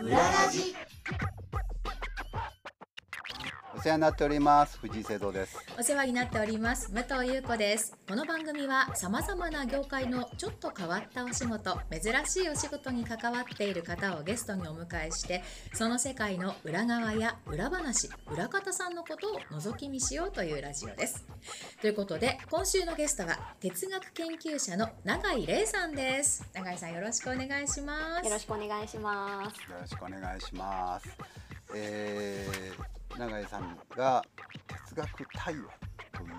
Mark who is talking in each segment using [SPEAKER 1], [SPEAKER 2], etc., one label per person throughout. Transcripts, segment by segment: [SPEAKER 1] 裏ラジ
[SPEAKER 2] お世話になっております藤井聖堂です
[SPEAKER 3] お世話になっております武藤優子ですこの番組は様々な業界のちょっと変わったお仕事珍しいお仕事に関わっている方をゲストにお迎えしてその世界の裏側や裏話裏方さんのことを覗き見しようというラジオですということで今週のゲストは哲学研究者の永井玲さんです永井さんよろしくお願いします
[SPEAKER 1] よろしくお願いします
[SPEAKER 2] よろしくお願いします、えー、永井さんが哲学対話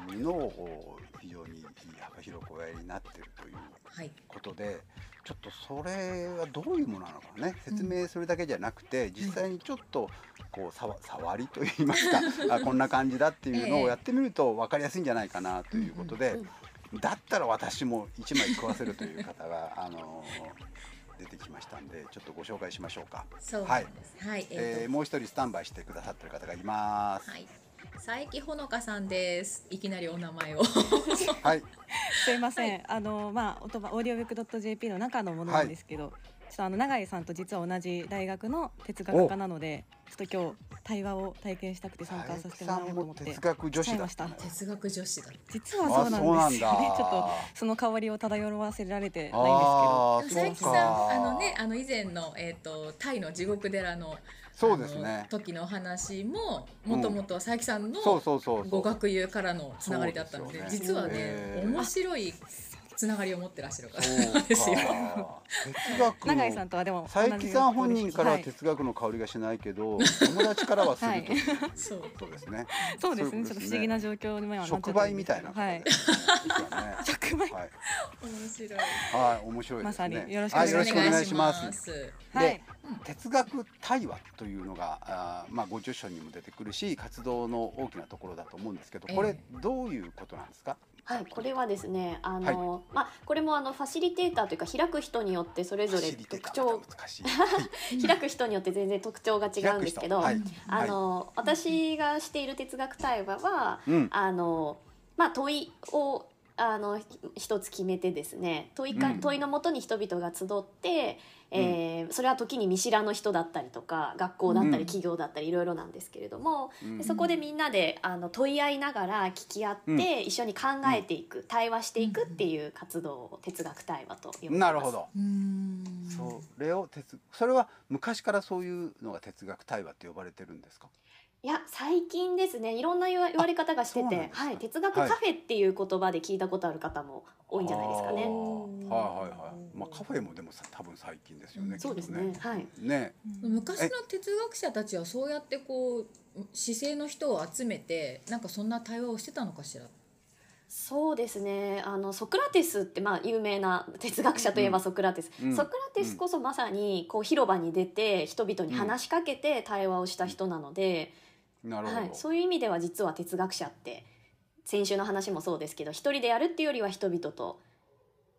[SPEAKER 2] というのを非常に幅広くおやりになっているという
[SPEAKER 3] はい
[SPEAKER 2] ことでちょっとそれはどういうものなのかね説明するだけじゃなくて、実際にちょっとこうさわ触りと言いますかあこんな感じだっていうの
[SPEAKER 3] ええ
[SPEAKER 2] をやってみると分かりやすいんじゃないかなということで、
[SPEAKER 1] うんうん
[SPEAKER 2] だったら私も一枚食わせるという方があの出てきましたんでちょっとご紹介しましょうか。
[SPEAKER 3] そうなんですはい、
[SPEAKER 2] え
[SPEAKER 3] え
[SPEAKER 2] ーもう一人スタンバイしてくださってる方がいます
[SPEAKER 3] ー。はい佐伯ほのかさんですいきなりお名 前を
[SPEAKER 2] はい、
[SPEAKER 4] すいません、あのまあオトバオーディオブックドット JP の中のものなんですけど、ちょっとあの永井さんと実は同じ大学の哲学科なので、ちょっと今日対話を体験したくて参加させてもらおうと思っ
[SPEAKER 2] 佐伯さんも
[SPEAKER 4] て
[SPEAKER 2] 哲。学女
[SPEAKER 4] 来ち
[SPEAKER 2] 子
[SPEAKER 4] ゃい
[SPEAKER 2] だ
[SPEAKER 4] ま
[SPEAKER 2] っ
[SPEAKER 4] したた
[SPEAKER 2] の。
[SPEAKER 3] 哲学女子だ
[SPEAKER 4] 実はそうなんですよね
[SPEAKER 2] あ。そうな
[SPEAKER 4] ちょっ
[SPEAKER 2] んだ
[SPEAKER 4] とその香りを漂わせられてないんですけど。
[SPEAKER 2] ああー、
[SPEAKER 3] 佐
[SPEAKER 2] そう
[SPEAKER 3] 伯
[SPEAKER 2] か
[SPEAKER 3] さんあのねあの以前のえっ、とタイの地獄寺の
[SPEAKER 2] そうですね
[SPEAKER 3] あの時のお話ももともと佐伯さんの
[SPEAKER 2] そうそうそうそ
[SPEAKER 3] ご
[SPEAKER 2] う。
[SPEAKER 3] 学友からのつながりだったので
[SPEAKER 2] そうです
[SPEAKER 3] 実
[SPEAKER 4] よ
[SPEAKER 3] は
[SPEAKER 4] ね
[SPEAKER 3] ね、
[SPEAKER 2] えー
[SPEAKER 3] 面白いつながりを持ってらっしゃる方
[SPEAKER 2] そう
[SPEAKER 3] なんですよ。
[SPEAKER 2] か哲学の
[SPEAKER 4] 永井さんとはでも同
[SPEAKER 2] 佐
[SPEAKER 4] じ
[SPEAKER 2] 伯さん本人からは
[SPEAKER 4] はい
[SPEAKER 2] 哲学の香りがしないけど、友達からはするという
[SPEAKER 3] そう
[SPEAKER 2] ことですね。
[SPEAKER 4] そうです
[SPEAKER 2] そういうこ
[SPEAKER 4] ね。ち
[SPEAKER 2] とですね
[SPEAKER 4] ょっと不思議な状況にはなっちゃ
[SPEAKER 2] 触
[SPEAKER 4] ってるんですけど
[SPEAKER 2] 媒みたいなこと
[SPEAKER 4] は
[SPEAKER 2] で
[SPEAKER 4] い。
[SPEAKER 2] すよね。
[SPEAKER 4] 触媒。
[SPEAKER 2] はい、
[SPEAKER 3] 面白い。
[SPEAKER 2] はい、面白いで
[SPEAKER 4] ますさ
[SPEAKER 2] ね。
[SPEAKER 4] によろしくお
[SPEAKER 2] は
[SPEAKER 4] 願い
[SPEAKER 2] い
[SPEAKER 4] します
[SPEAKER 2] よろしくお願いしま
[SPEAKER 3] お願い
[SPEAKER 2] す。
[SPEAKER 3] す。
[SPEAKER 4] はい。
[SPEAKER 2] 哲学対話というのがあー、まあ、ご著書にも出てくるし活動の大きなところだと思うんですけどこ
[SPEAKER 3] え
[SPEAKER 2] れどういうことなんですか、
[SPEAKER 1] はいこれはですねあの、まあこれもあのファシリテーターというか開く人によってそれぞ
[SPEAKER 2] 走
[SPEAKER 1] れ
[SPEAKER 2] り手
[SPEAKER 1] 特
[SPEAKER 2] か
[SPEAKER 1] 徴
[SPEAKER 2] 難しい
[SPEAKER 1] 開く人によって全然特徴 が違うんですけど、
[SPEAKER 2] 開く人は
[SPEAKER 1] あ
[SPEAKER 2] い、は
[SPEAKER 1] の、私がしている哲学対話は、
[SPEAKER 2] いうん、
[SPEAKER 1] あのまあ問いをあのひ一つ決めてですね問いか、
[SPEAKER 2] うん
[SPEAKER 1] 問いのもとに人々が集って、えーそれは時に見知らぬ人だったりとか学校だった
[SPEAKER 2] うん
[SPEAKER 1] り企業だったりいろいろなんですけれども、
[SPEAKER 2] うん
[SPEAKER 1] でそこでみんなであの問い合いながら聞き合って、
[SPEAKER 2] うん
[SPEAKER 1] 一緒に考えていく、対話していくっていう活動を哲学対話と呼んでいます。
[SPEAKER 2] なるほど
[SPEAKER 3] うーん
[SPEAKER 2] それを哲それは昔からそういうのが哲学対話って呼ばれてるんですか
[SPEAKER 1] いや最近ですねいろんな言わ言われ方がし
[SPEAKER 2] そ
[SPEAKER 1] て
[SPEAKER 2] うなんで
[SPEAKER 1] て、
[SPEAKER 2] すか
[SPEAKER 1] はい、哲学カフェっていう言葉で聞いたことある方も多いんじゃないですか
[SPEAKER 2] あ
[SPEAKER 1] ね。
[SPEAKER 2] ーはいはいはいまあカフェもでもさ多分最近ですよね
[SPEAKER 1] そうです
[SPEAKER 2] きっと
[SPEAKER 1] ねはい
[SPEAKER 2] ね
[SPEAKER 3] 昔の哲学者たちはそうやってこう姿勢の人を集めてなんかそんな対話をしてたのかしら。
[SPEAKER 1] そうですねあのソクラテスって、まあ、有名な哲学者といえばソクラテス、
[SPEAKER 2] うん
[SPEAKER 1] ソクラテスこそまさにこう広場に出て人々に話しかけて対話をした人なので、
[SPEAKER 2] なるほど、
[SPEAKER 1] はい、そういう意味では実は哲学者って先週の話もそうですけど一人でやるっていうよりは人々と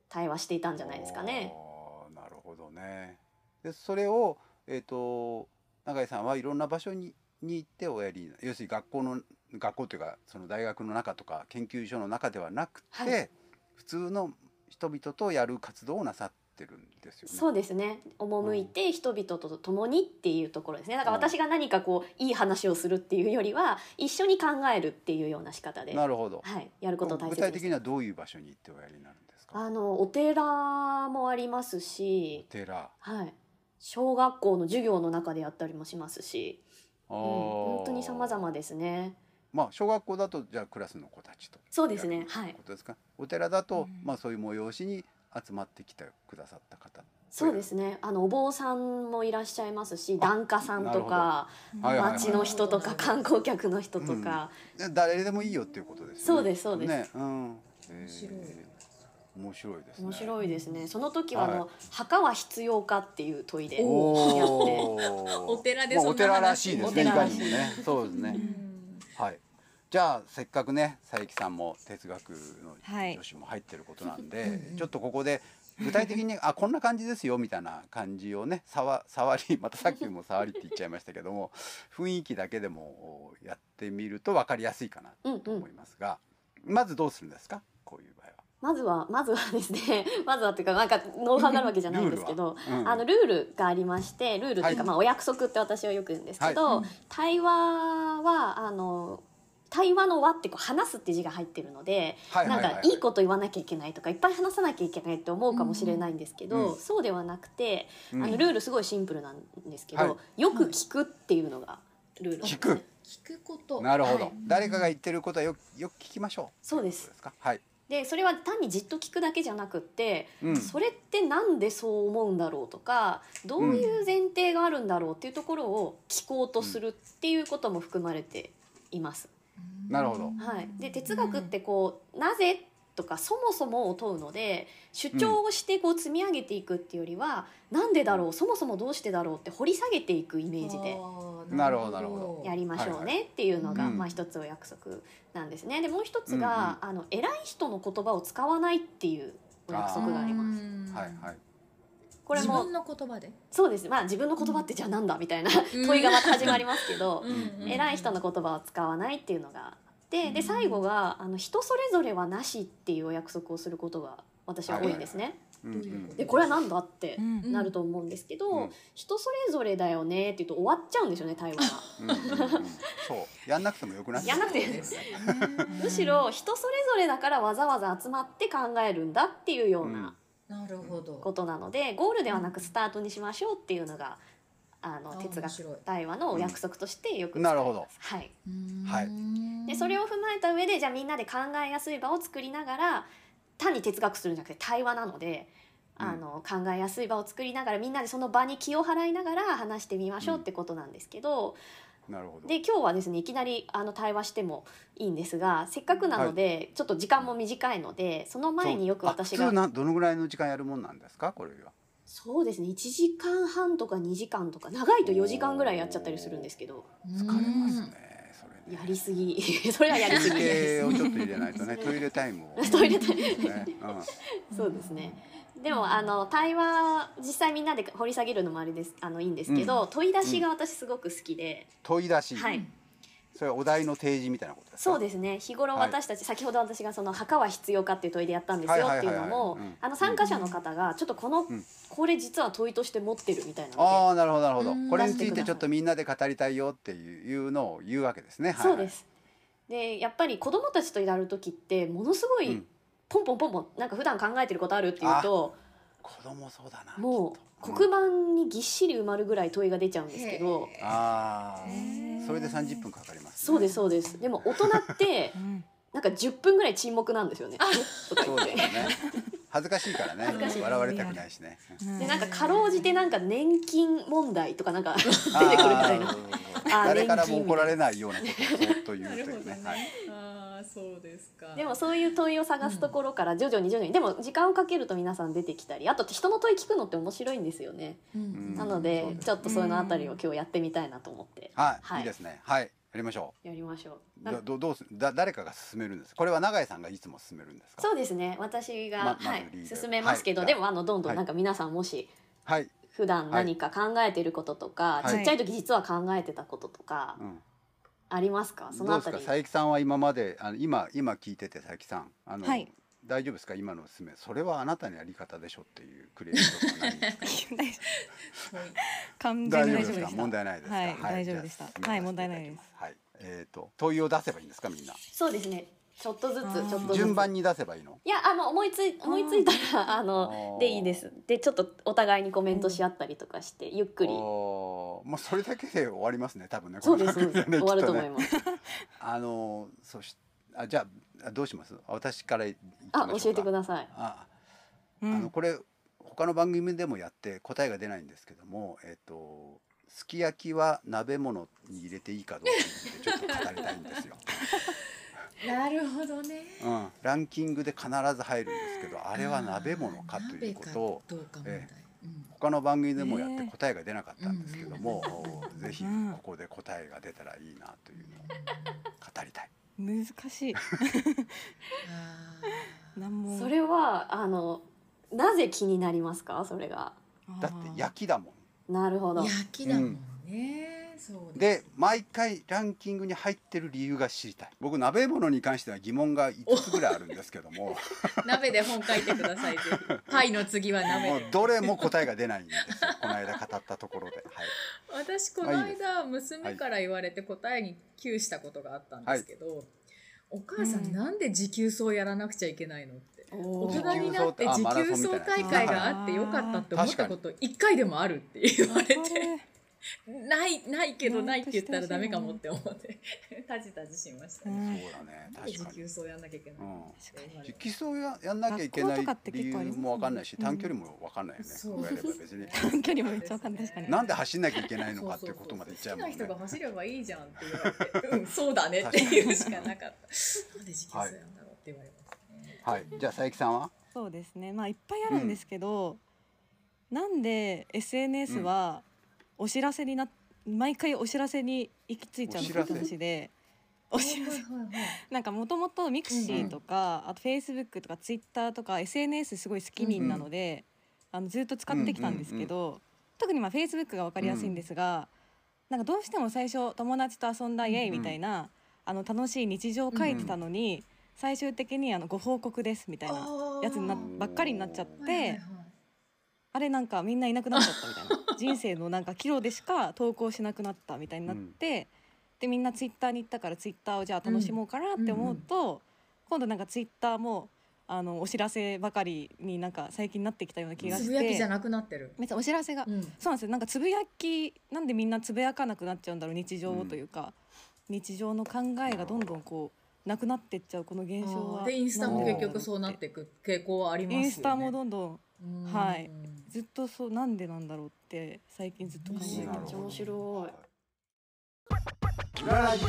[SPEAKER 1] 対話していたんじゃないですかね。
[SPEAKER 2] あー。なるほどね。でそれをえっ、と永井さんはいろんな場所にに行っておやりに要するに学校の学校というかその大学の中とか研究所の中ではなくて、
[SPEAKER 1] はい
[SPEAKER 2] 普通の人々とやる活動をなさってるんですよね。
[SPEAKER 1] そうですね赴いて人々と共にっていうところですねだから私が何かこういい話をするっていうよりは一緒に考えるっていうような仕方で、
[SPEAKER 2] なるほど。
[SPEAKER 1] はい、やることを大
[SPEAKER 2] 具
[SPEAKER 1] 切
[SPEAKER 2] 体
[SPEAKER 1] に
[SPEAKER 2] 的
[SPEAKER 1] して
[SPEAKER 2] にはどういう場所に行っておやりになるんですか。
[SPEAKER 1] あのお寺もありますし、
[SPEAKER 2] 寺。
[SPEAKER 1] はい、小学校の授業の中でやったりもしますし、
[SPEAKER 2] あ
[SPEAKER 1] うん、
[SPEAKER 2] ー
[SPEAKER 1] 本当に様々ですね。
[SPEAKER 2] まあ小学校だとじゃあクラスの子たちと
[SPEAKER 1] そうですね
[SPEAKER 2] やる
[SPEAKER 1] はい
[SPEAKER 2] ことですか。お寺だと、
[SPEAKER 4] うん
[SPEAKER 2] まあそういう催しに集まってきてくださった方。
[SPEAKER 1] そうですねあのお坊さんもいらっしゃいますし
[SPEAKER 2] あ
[SPEAKER 1] 檀家さん
[SPEAKER 2] なる
[SPEAKER 1] と
[SPEAKER 2] ほ
[SPEAKER 1] か
[SPEAKER 2] はいはいはい
[SPEAKER 1] 町の人とか観光客の人とか、
[SPEAKER 2] ね誰でもいいよっていうことですよね。
[SPEAKER 1] そうですそうです
[SPEAKER 2] ね、うん。面
[SPEAKER 3] 白い
[SPEAKER 2] 面白いですね。
[SPEAKER 1] 面
[SPEAKER 2] い。
[SPEAKER 1] 白いですねその時はあの、
[SPEAKER 2] は
[SPEAKER 1] 墓は必要かっていう問いでや
[SPEAKER 2] お
[SPEAKER 1] って
[SPEAKER 2] お。
[SPEAKER 3] お寺で
[SPEAKER 2] まあ
[SPEAKER 3] そ
[SPEAKER 2] お
[SPEAKER 3] んな話
[SPEAKER 2] 寺らしいですね。い
[SPEAKER 1] お寺
[SPEAKER 2] からに
[SPEAKER 1] しい
[SPEAKER 2] もね。そうですね。はい。じゃあせっかくね佐伯さんも哲学の
[SPEAKER 4] はい
[SPEAKER 2] 女子も入ってることなんで、ちょっとここで具体的に あこんな感じですよみたいな感じをねさわ触りまたさっきも触りって言っちゃいましたけど も雰囲気だけでもやってみると分かりやすいかなと思いますが、まずどうするんですかこういう場合は。
[SPEAKER 1] まずはまずはですね まずはっていうかなんかノウハウがあるわけじゃないんですけど
[SPEAKER 2] ルールはうん
[SPEAKER 1] あのルールがありましてルールっていうか、
[SPEAKER 2] はい
[SPEAKER 1] まあ、お約束って私はよく言うんですけど、
[SPEAKER 3] はいうん
[SPEAKER 1] 対話はあの対話の「和」ってこう話すって字が入ってるので、
[SPEAKER 2] はいはいはい
[SPEAKER 1] なんかいいこと言わなきゃいけないとかいっぱい話さなきゃいけないって思うかもしれないんですけ
[SPEAKER 2] うん
[SPEAKER 1] ど、
[SPEAKER 2] うん
[SPEAKER 1] そうではなくて、
[SPEAKER 2] うん
[SPEAKER 1] あのルールすごいシンプルなんですけど、
[SPEAKER 2] は
[SPEAKER 1] よく聞くっていうのがルールなんです
[SPEAKER 2] 聞
[SPEAKER 1] ね
[SPEAKER 2] く
[SPEAKER 3] 聞くこと
[SPEAKER 2] なるほど、
[SPEAKER 1] はい
[SPEAKER 2] 誰かが言ってることはよくよく聞きましょう
[SPEAKER 1] そうで
[SPEAKER 2] そう
[SPEAKER 1] す
[SPEAKER 2] ですかはい、
[SPEAKER 1] でそれは単にじっと聞くだけじゃなくって、
[SPEAKER 2] うん
[SPEAKER 1] それってなんでそう思うんだろうとかどういう前提があるんだろうっていうところを聞こうとするっていうことも含まれています。
[SPEAKER 2] なるほど
[SPEAKER 1] はい、で哲学ってこう、なぜとかそもそもを問うので主張をしてこう積み上げていくっていうよりは、なんでだろうそもそもどうしてだろうって掘り下げていくイメージで
[SPEAKER 3] で
[SPEAKER 2] なるほどなるほど
[SPEAKER 1] やりましょう
[SPEAKER 2] はい
[SPEAKER 1] ねっていうのが、
[SPEAKER 2] うん
[SPEAKER 1] まあ、一つお約束なんですね。でもう一つが、あの偉い人の言葉を使わないっていうお約束があります。
[SPEAKER 3] す
[SPEAKER 2] はいはい
[SPEAKER 1] これ
[SPEAKER 3] 自
[SPEAKER 1] も
[SPEAKER 3] 分の言葉で
[SPEAKER 1] そうです、まあ、自分の言葉ってじゃあなんだみたいな
[SPEAKER 3] うん
[SPEAKER 1] 問いがまた始まりますけど、
[SPEAKER 2] うんうん
[SPEAKER 1] 偉い人の言葉を使わないっていうのがあってで最後があの人それぞれはなしっていうお約束をすることが私は多いんですね。
[SPEAKER 2] うん
[SPEAKER 3] どういうこと
[SPEAKER 1] でこれはなんだって
[SPEAKER 4] うん
[SPEAKER 1] なると思うんですけど、
[SPEAKER 2] うん
[SPEAKER 1] 人それぞれだよねって言うと終わっちゃうんですよね対話が。
[SPEAKER 2] うんうんうんうんそうやんなくてもよくない
[SPEAKER 1] やんなくていい
[SPEAKER 3] で
[SPEAKER 1] ですす
[SPEAKER 3] ね
[SPEAKER 1] むしろ人それぞれだからわざわざ集まって考えるんだっていうよう
[SPEAKER 2] うん
[SPEAKER 1] な
[SPEAKER 3] なるほど
[SPEAKER 1] ことなのでゴールではなくスタートにしましょうっていうのがあの
[SPEAKER 3] あー
[SPEAKER 1] 哲
[SPEAKER 3] 面白い
[SPEAKER 1] 学対話のお約束としてよく使います
[SPEAKER 2] なるほど
[SPEAKER 1] はい、
[SPEAKER 2] はい
[SPEAKER 1] でそれを踏まえた上でじゃあみんなで考えやすい場を作りながら単に哲学するんじゃなくて対話なので。
[SPEAKER 2] うん
[SPEAKER 1] あの考えやすい場を作りながらみんなでその場に気を払いながら話してみましょうってことなんですけど、
[SPEAKER 2] なるほど
[SPEAKER 1] で今日はですねいきなりあの対話してもいいんですがせっかくなので、ちょっと時間も短いのでその前によく私
[SPEAKER 2] そうあ普
[SPEAKER 1] が
[SPEAKER 2] 通などのぐらいの時間やるもんなんですかこれは
[SPEAKER 1] そうですね1時間半とか2時間とか長いと4時間ぐらいやっちゃったりするんですけど
[SPEAKER 2] 疲れますねそれ
[SPEAKER 1] や
[SPEAKER 2] ね
[SPEAKER 1] りすぎ それはやりす
[SPEAKER 2] 休
[SPEAKER 1] ぎ
[SPEAKER 2] 憩をちょっと入れないとねトイレタイムを
[SPEAKER 1] トイレタイム
[SPEAKER 2] ね
[SPEAKER 1] そうですねでもあの対話実際みんなで掘り下げるのもあれですあのいいんですけど、問い出しが私すごく好きで、
[SPEAKER 2] 問い出し
[SPEAKER 1] はい
[SPEAKER 2] それはお題の提示みたいなことですか
[SPEAKER 1] そうですね日頃私たち、先ほど私がその墓は必要かっていう問いでやったんですよ
[SPEAKER 2] はいは
[SPEAKER 1] っ
[SPEAKER 2] い
[SPEAKER 1] て
[SPEAKER 2] はいいうはい
[SPEAKER 1] のも
[SPEAKER 2] うん
[SPEAKER 1] あの参加者の方がちょっとこの、
[SPEAKER 2] ん
[SPEAKER 1] これ実は問いとして持ってるみたいなので
[SPEAKER 2] ああなるほどなるほど
[SPEAKER 3] うん
[SPEAKER 2] これについてちょっとみんなで語りたいよっていうのを言うわけですねはい
[SPEAKER 1] そうです。でやっぱり子供たちとやる時ってものすご
[SPEAKER 2] う
[SPEAKER 1] い
[SPEAKER 2] ん
[SPEAKER 1] ポンポンポンポンなんか普段考えてることあるっていうと
[SPEAKER 2] 子供そうだな
[SPEAKER 1] もう
[SPEAKER 2] きっと
[SPEAKER 1] 黒板にぎっしり埋まるぐらい問いが出ちゃうんですけ
[SPEAKER 2] う
[SPEAKER 1] ど
[SPEAKER 2] んあ
[SPEAKER 4] へ
[SPEAKER 2] あ
[SPEAKER 4] ー
[SPEAKER 2] それで30分かかりますね
[SPEAKER 1] そうですそうですでも大人って
[SPEAKER 4] うん
[SPEAKER 1] なんか10分ぐらい沈黙なんですよね。とか
[SPEAKER 2] そ
[SPEAKER 1] 言
[SPEAKER 2] う
[SPEAKER 1] っ
[SPEAKER 2] だよ
[SPEAKER 1] て
[SPEAKER 2] ね恥ずかしいからね
[SPEAKER 3] 恥ずかしい
[SPEAKER 2] 笑われたくないしね
[SPEAKER 1] でなんかかろうじてなんか年金問題とかなんか出てくるみたいな。
[SPEAKER 2] あー
[SPEAKER 1] あー
[SPEAKER 2] 誰から
[SPEAKER 1] 錬金
[SPEAKER 2] も怒
[SPEAKER 1] みたいな
[SPEAKER 2] られないようなことをそっと言う
[SPEAKER 3] な
[SPEAKER 2] とい
[SPEAKER 3] るほど
[SPEAKER 2] うね
[SPEAKER 3] ね
[SPEAKER 2] はい
[SPEAKER 3] ああそうですか
[SPEAKER 1] でもそういう問いを探すところから徐々に徐々にでも時間をかけると皆さん出てきたりあと人の問い聞くのって面白いんですよね。
[SPEAKER 3] うん
[SPEAKER 1] なの
[SPEAKER 2] う
[SPEAKER 1] で、
[SPEAKER 2] んそうです
[SPEAKER 1] ちょっとそういうのあたりを今日やってみたいなと思って、
[SPEAKER 2] はい、
[SPEAKER 1] はい
[SPEAKER 2] い、いですね。はい、やりましょ
[SPEAKER 1] やりましょう。
[SPEAKER 2] う。
[SPEAKER 1] な
[SPEAKER 2] だどどうすだ誰かが進めるんです。これは永井さんがいつも進めるんですか。
[SPEAKER 1] そうですね。私が、
[SPEAKER 2] まま
[SPEAKER 1] はい
[SPEAKER 2] ずリーダー
[SPEAKER 1] 進めますけど、
[SPEAKER 2] はい
[SPEAKER 1] でもあのどんど
[SPEAKER 2] はい
[SPEAKER 1] んなんか皆さんもし
[SPEAKER 2] はい、
[SPEAKER 1] 普段何か考えてることと
[SPEAKER 2] は
[SPEAKER 1] か、
[SPEAKER 2] い
[SPEAKER 1] ちっちゃい時実は考えてたこととか
[SPEAKER 2] うん。
[SPEAKER 1] ありますか？その
[SPEAKER 2] どう
[SPEAKER 1] あ
[SPEAKER 2] で
[SPEAKER 1] た
[SPEAKER 2] すか。
[SPEAKER 1] り。
[SPEAKER 2] 佐伯さんは今まであの今今聞いてて佐伯さんあの、
[SPEAKER 4] はい
[SPEAKER 2] 大丈夫ですか今の進め。それはあなたのやり方でしょっていうクレームとかないんですか。
[SPEAKER 4] 完全
[SPEAKER 2] 大
[SPEAKER 4] に
[SPEAKER 2] 丈夫です
[SPEAKER 4] 大丈夫で
[SPEAKER 2] か
[SPEAKER 4] した。
[SPEAKER 2] 問題ないですか。
[SPEAKER 4] はい、大丈夫でした。はい、問題ないで。
[SPEAKER 2] じ
[SPEAKER 4] す
[SPEAKER 2] ゃ。あはい。えっ、と問いを出せばいいんですかみんな。
[SPEAKER 1] そうですね。ちょっとず
[SPEAKER 4] あ
[SPEAKER 1] つ
[SPEAKER 4] ー
[SPEAKER 1] ちょっとずつ。
[SPEAKER 2] 順番に出せばいいの。
[SPEAKER 1] いやあの思いつい思いついたらあ
[SPEAKER 2] あ
[SPEAKER 1] の
[SPEAKER 2] ー
[SPEAKER 1] でいいです。でちょっとお互いにコメントし合ったりとかしてゆっくり。
[SPEAKER 2] おーまあそれだけで終わりますね多分ね。
[SPEAKER 1] そうです、そう
[SPEAKER 2] この番
[SPEAKER 1] です
[SPEAKER 2] 組はね
[SPEAKER 1] 終わる
[SPEAKER 2] きっ
[SPEAKER 1] と
[SPEAKER 2] ね
[SPEAKER 1] 思います。
[SPEAKER 2] あのそしあじゃああどうします私から行きましょ
[SPEAKER 1] あ
[SPEAKER 2] うか
[SPEAKER 1] 教えてください。
[SPEAKER 2] あ
[SPEAKER 4] う
[SPEAKER 2] あ
[SPEAKER 4] ん
[SPEAKER 2] のこれ他の番組でもやって答えが出ないんですけどもえっ、とすき焼きは鍋物に入れていいかどうかってちょっと語りたいんですよ、
[SPEAKER 3] なるほどね
[SPEAKER 2] うん、ランキングで必ず入るんですけどあれは鍋物かということを
[SPEAKER 3] 鍋かどうか問題
[SPEAKER 2] え他の番組でもやって答えが出なかったんですけども、
[SPEAKER 3] うん
[SPEAKER 2] ぜひ
[SPEAKER 4] うん
[SPEAKER 2] ここで答えが出たらいいなというのを語りたい。
[SPEAKER 4] 難しい。
[SPEAKER 3] うんあー
[SPEAKER 4] 難問。
[SPEAKER 1] それはあのなぜ気になりますか？それが。
[SPEAKER 4] あー
[SPEAKER 2] だって焼きだもん
[SPEAKER 1] なるほど。
[SPEAKER 3] 焼きだもんねそう
[SPEAKER 2] で毎回ランキングに入ってる理由が知りたい僕鍋物に関しては疑問が5つぐらいあるんですけども
[SPEAKER 3] 鍋で本書いてくださいぜひパイの次は鍋
[SPEAKER 2] もう
[SPEAKER 3] で
[SPEAKER 2] どれも答えが出ないんですよこの間語ったところで、
[SPEAKER 3] 私この
[SPEAKER 2] まあいいです
[SPEAKER 3] 間娘から言われて答えに窮したことがあったんですけど、お母さ
[SPEAKER 4] うん
[SPEAKER 3] んなんで持久走やらなくちゃいけないのって、
[SPEAKER 1] お
[SPEAKER 3] 大
[SPEAKER 1] ー
[SPEAKER 3] 人になって
[SPEAKER 2] 持久走ってあ
[SPEAKER 3] 持
[SPEAKER 2] マラ
[SPEAKER 3] 久
[SPEAKER 2] ソンみたいな
[SPEAKER 3] 走大会があってよかったって思ったこと一回でもあるって言わ
[SPEAKER 4] わ
[SPEAKER 3] れて
[SPEAKER 4] かる
[SPEAKER 3] ないないけど
[SPEAKER 4] な
[SPEAKER 3] ないいって言ったらダメかもって思ってタジタジしました
[SPEAKER 4] う
[SPEAKER 3] ね。
[SPEAKER 2] は
[SPEAKER 4] ん
[SPEAKER 2] い、そうだね
[SPEAKER 3] なんで
[SPEAKER 2] 確
[SPEAKER 3] 持
[SPEAKER 2] かに
[SPEAKER 3] 久走やんなきゃいけな
[SPEAKER 2] 実機走ややんなきゃいけな
[SPEAKER 3] いのって言われて
[SPEAKER 4] 学校
[SPEAKER 2] い
[SPEAKER 4] とかって
[SPEAKER 2] 理
[SPEAKER 4] 結構あり
[SPEAKER 2] 由
[SPEAKER 4] ますよね
[SPEAKER 2] もわかんないし、
[SPEAKER 4] うん
[SPEAKER 2] 短距離もわかんないよね
[SPEAKER 3] そう
[SPEAKER 2] 考えれば別に
[SPEAKER 4] 短 距離もめっちゃわかんない確かに
[SPEAKER 2] なんで走んなきゃいけないのかっていうことまで言っちゃうもん
[SPEAKER 3] 好きな人が
[SPEAKER 2] ね
[SPEAKER 3] 走ればいいじゃんって言われて、うん、そうだねって言うしかなかった。なんで持久走やんだろうって言われますね。
[SPEAKER 2] はいじゃあ佐伯さんは
[SPEAKER 4] そうですねまあいっぱいあるんですけど、なんで SNS はお知らせになっ毎回お知らせに行き着いちゃうの
[SPEAKER 2] お知
[SPEAKER 4] が
[SPEAKER 2] らせ
[SPEAKER 4] 私でお知らせ
[SPEAKER 3] はいはいはい
[SPEAKER 4] なんかもともとミクシーとか、あとフェイスブックとかツイッターとか SNS すごい好き民なので、あのずっと使ってきたんですけど、特にまあフェイスブックが分かりやすいんですが、なんかどうしても最初友達と遊んだイエイみたいな、あの楽しい日常を書いてたのに、最終的にあのご報告ですみたいなやつにな
[SPEAKER 3] あー
[SPEAKER 4] ばっかりになっちゃっ
[SPEAKER 3] はいはいは
[SPEAKER 4] て
[SPEAKER 3] い。
[SPEAKER 4] あれなんかみんないなくなっちゃったみたいな人生のなんか岐路でしか投稿しなくなったみたいになって、でみんなツイッターに行ったからツイッターをじゃあ楽しもうかなって思うと、今度なんかツイッターもあのお知らせばかりになんか最近なってきたような気が
[SPEAKER 3] つ
[SPEAKER 4] し
[SPEAKER 3] ぶやきじゃ
[SPEAKER 4] て
[SPEAKER 3] なくなってる。
[SPEAKER 4] 別にお知らせが、
[SPEAKER 3] うん
[SPEAKER 4] そうなんですよなんかつぶやきなんでみんなつぶやかなくなっちゃうんだろう日常をというか、日常の考えがどんどんこうなくなってっちゃうこの現象は。
[SPEAKER 3] でインスタも結局そうなっ
[SPEAKER 4] い
[SPEAKER 3] ていく傾向はあります
[SPEAKER 4] イ
[SPEAKER 3] よね。
[SPEAKER 4] ンスタもどんどん
[SPEAKER 3] うん
[SPEAKER 4] はいずっとそうなんでなんだろうって最近ずっと考えて
[SPEAKER 1] うんなる
[SPEAKER 4] ます
[SPEAKER 1] ほど面白
[SPEAKER 2] 裏ラジ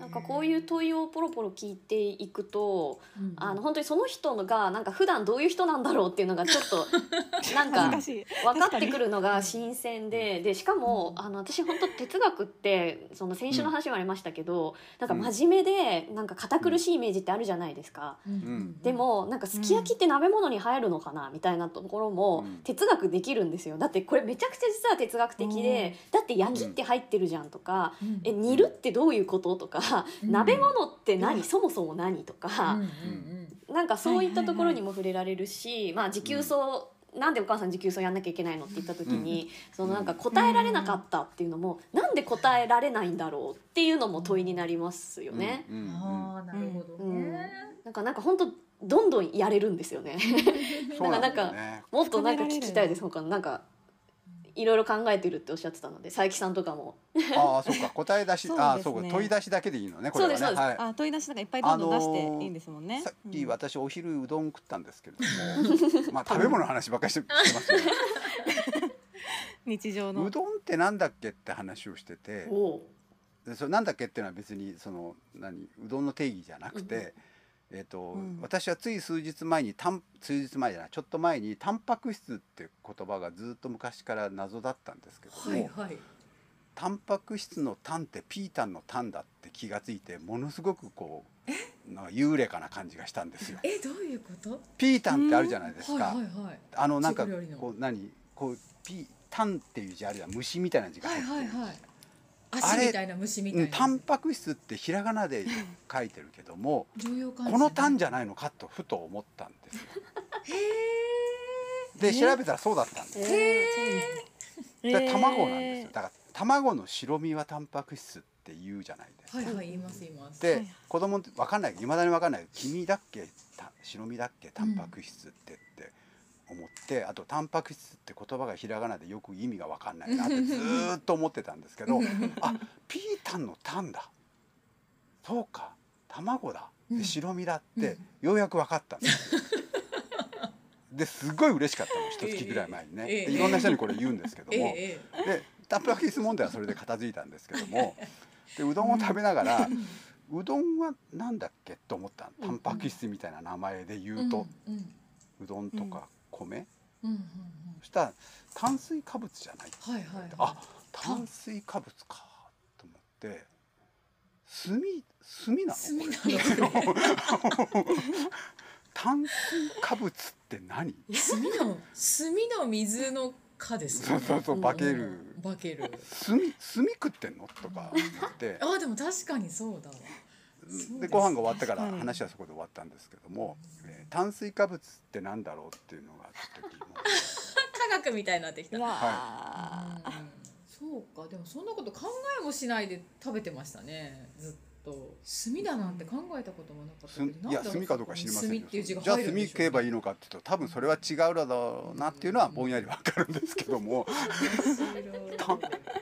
[SPEAKER 1] なんかこういう問いをポロポロ聞いていくと
[SPEAKER 3] うん
[SPEAKER 1] あの本当にその人のがなんか普段どういう人なんだろうっていうのがちょっと なん
[SPEAKER 4] 恥
[SPEAKER 1] か
[SPEAKER 4] ずかしい。
[SPEAKER 1] 分かってくるのが新鮮ででしかもあの私本当哲学ってその先週の話もありましたけど、なんか真面目でなんか堅苦しいイメージってあるじゃないですか。
[SPEAKER 3] うん
[SPEAKER 2] うん
[SPEAKER 1] でもなんかすき焼きって鍋物に入るのかなみたいなところも
[SPEAKER 2] うん
[SPEAKER 1] 哲学できるんですよだってこれめちゃくちゃ実は哲学的でだって焼きって入ってるじゃんとか
[SPEAKER 3] うん
[SPEAKER 1] え煮るってどういうこととか
[SPEAKER 3] うん
[SPEAKER 1] 鍋物って
[SPEAKER 3] う
[SPEAKER 1] 何
[SPEAKER 3] ん
[SPEAKER 1] そもそも何と
[SPEAKER 3] うん
[SPEAKER 1] か
[SPEAKER 3] うんうん
[SPEAKER 1] なんかそういったところにも触れられるしまあ持久走なんでお母さん持久走やんなきゃいけないのって言った時にそのなんか答えられなかったっていうのもなんで答えられないんだろうっていうのも問いになりますよね。
[SPEAKER 2] うんうん
[SPEAKER 3] ああなるほどね。
[SPEAKER 1] なんかなんか本当どんどんやれるんですよ ね。
[SPEAKER 2] うん
[SPEAKER 1] なんか なんか
[SPEAKER 2] そうだよね
[SPEAKER 1] もっとなんか聞きたいです。他のなんかいろいろ考えてるっておっしゃってたので、佐伯さんとかも。
[SPEAKER 2] ああそうか答え出 し、
[SPEAKER 4] そうですね
[SPEAKER 2] ああそうか問い出しだけでいいのねこれはね
[SPEAKER 1] そうですそう
[SPEAKER 2] はい
[SPEAKER 4] あ、問い出しなんかいっぱいどんどん出していいんですもんね。
[SPEAKER 2] さっき
[SPEAKER 4] うん
[SPEAKER 2] 私お昼うどん食ったんですけれど も、まあ食べ物の話ばっかりしてしてますよ ね
[SPEAKER 4] 日常の
[SPEAKER 2] うどんってなんだっけって話をしてて
[SPEAKER 1] おお。
[SPEAKER 2] でそれなんだっけっていうのは別にその何うどんの定義じゃなくて、えっと
[SPEAKER 4] ん
[SPEAKER 2] 私はつい数日前にたん数日前じゃないちょっと前にタンパク質って言葉がずっと昔から謎だったんですけど
[SPEAKER 3] は
[SPEAKER 2] も、
[SPEAKER 3] いはい。
[SPEAKER 2] タンパク質のタンってピータンのタンだって気がついてものすごくこうなんか幽霊かな感じがしたんですよ。
[SPEAKER 3] えどういうこと？
[SPEAKER 2] ピータンってあるじゃないです
[SPEAKER 3] はい
[SPEAKER 2] か。
[SPEAKER 3] はいはい。
[SPEAKER 2] あのなんか
[SPEAKER 3] 中華料理の
[SPEAKER 2] こう何こうピタンっていう字あるじゃん虫みたいな字が
[SPEAKER 3] は
[SPEAKER 2] 入っ
[SPEAKER 3] い
[SPEAKER 2] てる、
[SPEAKER 3] はいはい。
[SPEAKER 2] あれ
[SPEAKER 3] 足みたいな虫みたい
[SPEAKER 2] うん、タ
[SPEAKER 3] な。
[SPEAKER 2] ンパク質ってひらがなで書いてるけども
[SPEAKER 3] 常用感
[SPEAKER 2] このタン
[SPEAKER 3] じ
[SPEAKER 2] じゃないのかとふと思ったんですよ
[SPEAKER 3] ゃ。へ
[SPEAKER 2] で調べたらそうだったんですよ
[SPEAKER 4] え
[SPEAKER 2] で卵なんですよだから卵の白身はタンパク質って言うじゃないですか、
[SPEAKER 3] え。はいはい言います言います。
[SPEAKER 2] で、
[SPEAKER 4] はい
[SPEAKER 2] 子供って分かんないいまだに分かんない黄身だっけた白身だっけタンパク質ってって思って、あとタンパク質って言葉がひらがなでよく意味が分かんないなってずーっと思ってたんです けどあピータンのタンだそうか卵だ
[SPEAKER 3] う
[SPEAKER 2] で
[SPEAKER 3] ん
[SPEAKER 2] 白身だって、ようやく分かったんですよですごい嬉しかったの一月ぐらい前にね、
[SPEAKER 3] ええ
[SPEAKER 2] でいろんな人にこれ言うんですけど
[SPEAKER 3] ええ
[SPEAKER 2] も、
[SPEAKER 3] ええ。
[SPEAKER 2] でタンパク質問題はそれで片付いたんですけど もでうどんを食べながら、うどんはなんだっけと思ったタンパク質みたいな名前で言うと、
[SPEAKER 3] うんうん
[SPEAKER 2] うどんとか米、
[SPEAKER 3] うんうんうん。
[SPEAKER 2] そしたら炭水化物じゃない
[SPEAKER 3] はいはいはい。
[SPEAKER 2] あ炭水化物かと思って炭炭なの
[SPEAKER 3] 炭なの
[SPEAKER 2] これ 炭水化物って何
[SPEAKER 3] 炭の炭の水のかです
[SPEAKER 2] そ
[SPEAKER 3] ね
[SPEAKER 2] うそうそう化ける、
[SPEAKER 3] うん化ける
[SPEAKER 2] 炭炭食ってんのとか言って
[SPEAKER 3] あでも確かにそうだわそう
[SPEAKER 2] で
[SPEAKER 3] です
[SPEAKER 2] ご飯が終わったから
[SPEAKER 4] 確かに
[SPEAKER 2] 話はそこで終わったんですけども、えー炭水化物ってなんだろうっていうのがちょっと疑問
[SPEAKER 3] 科学みたいになってきた
[SPEAKER 4] う
[SPEAKER 3] うん
[SPEAKER 4] わ
[SPEAKER 3] そうかでもそんなこと考えもしないで食べてましたねずっと炭だなんて考えたこと もなかった
[SPEAKER 2] す
[SPEAKER 3] けど
[SPEAKER 2] いや炭かどうか知りません
[SPEAKER 3] 炭
[SPEAKER 2] け
[SPEAKER 3] っ
[SPEAKER 2] ど
[SPEAKER 3] ていう字が
[SPEAKER 2] じゃあ
[SPEAKER 3] 入る
[SPEAKER 2] 炭
[SPEAKER 3] んでしょ
[SPEAKER 2] 食えばいいのかっていうと多分それは違うだろうなっていうのはぼんやりわかるんですけど も
[SPEAKER 3] 面白い
[SPEAKER 2] い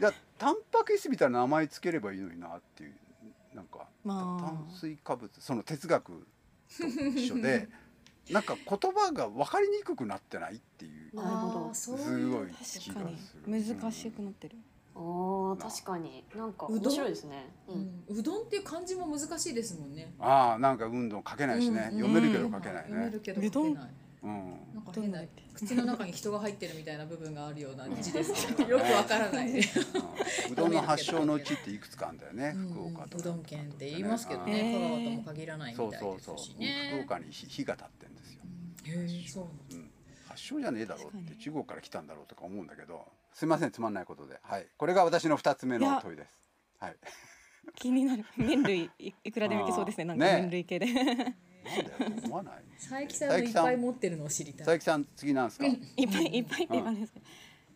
[SPEAKER 2] やタンパク質みたいな名前つければいいのになっていうなんか
[SPEAKER 4] ま
[SPEAKER 2] 炭
[SPEAKER 4] あ
[SPEAKER 2] 水化物その哲学と一緒 でなんか言葉が分かりにくくなってないっていう
[SPEAKER 1] なるほど
[SPEAKER 3] あーそう
[SPEAKER 2] す
[SPEAKER 3] いう
[SPEAKER 2] ごい気
[SPEAKER 4] 確か
[SPEAKER 2] が
[SPEAKER 4] に
[SPEAKER 2] する
[SPEAKER 4] 難しくなってる、
[SPEAKER 1] あー確かになんか面白いですねう
[SPEAKER 3] うんんうどんっていう漢字も難しいですもんね。
[SPEAKER 2] ああなんか運動書けないしね、
[SPEAKER 3] うん
[SPEAKER 2] 読めるけど書けない
[SPEAKER 3] 読め
[SPEAKER 2] ね
[SPEAKER 3] る、けど書け
[SPEAKER 4] うどん
[SPEAKER 3] ない。
[SPEAKER 2] うん
[SPEAKER 3] なんか変な
[SPEAKER 4] どんな
[SPEAKER 3] 口の中に人が入ってるみたいな部分があるような字ですけど、
[SPEAKER 2] うん
[SPEAKER 3] よくわからない。
[SPEAKER 2] うんうどんの発祥の地っていくつかあるんだよね、
[SPEAKER 3] うん
[SPEAKER 2] 福岡と
[SPEAKER 3] う
[SPEAKER 2] か
[SPEAKER 3] どん県って言いますけど
[SPEAKER 4] へ
[SPEAKER 3] ね、
[SPEAKER 4] ー
[SPEAKER 3] 香川とも限らない
[SPEAKER 2] そ
[SPEAKER 3] み
[SPEAKER 2] う
[SPEAKER 3] たい
[SPEAKER 2] そう
[SPEAKER 3] で
[SPEAKER 2] そう
[SPEAKER 3] すし
[SPEAKER 2] 福
[SPEAKER 3] ね。
[SPEAKER 2] 岡に火火が立ってんですよ、
[SPEAKER 3] へえ、そうなんだ
[SPEAKER 2] うん、発祥じゃねえだろう
[SPEAKER 4] 確
[SPEAKER 2] っ
[SPEAKER 4] か
[SPEAKER 2] て
[SPEAKER 4] に
[SPEAKER 2] 中国から来たんだろうとか思うんだけどすいませんつまんないことではいこれが私の二つ目
[SPEAKER 4] い
[SPEAKER 2] の
[SPEAKER 4] や
[SPEAKER 2] 問いですはい
[SPEAKER 4] 気になる麺類いいくらでもいけそうですね
[SPEAKER 2] あー
[SPEAKER 4] なんか
[SPEAKER 2] ね
[SPEAKER 4] 麺類系で、
[SPEAKER 2] なんだよと思わ ない
[SPEAKER 3] 佐伯さんがいっぱい持ってるのを知りた
[SPEAKER 2] 佐
[SPEAKER 3] い。
[SPEAKER 2] 伯さん次なんですか
[SPEAKER 4] いっぱいいっぱいって言われますけど、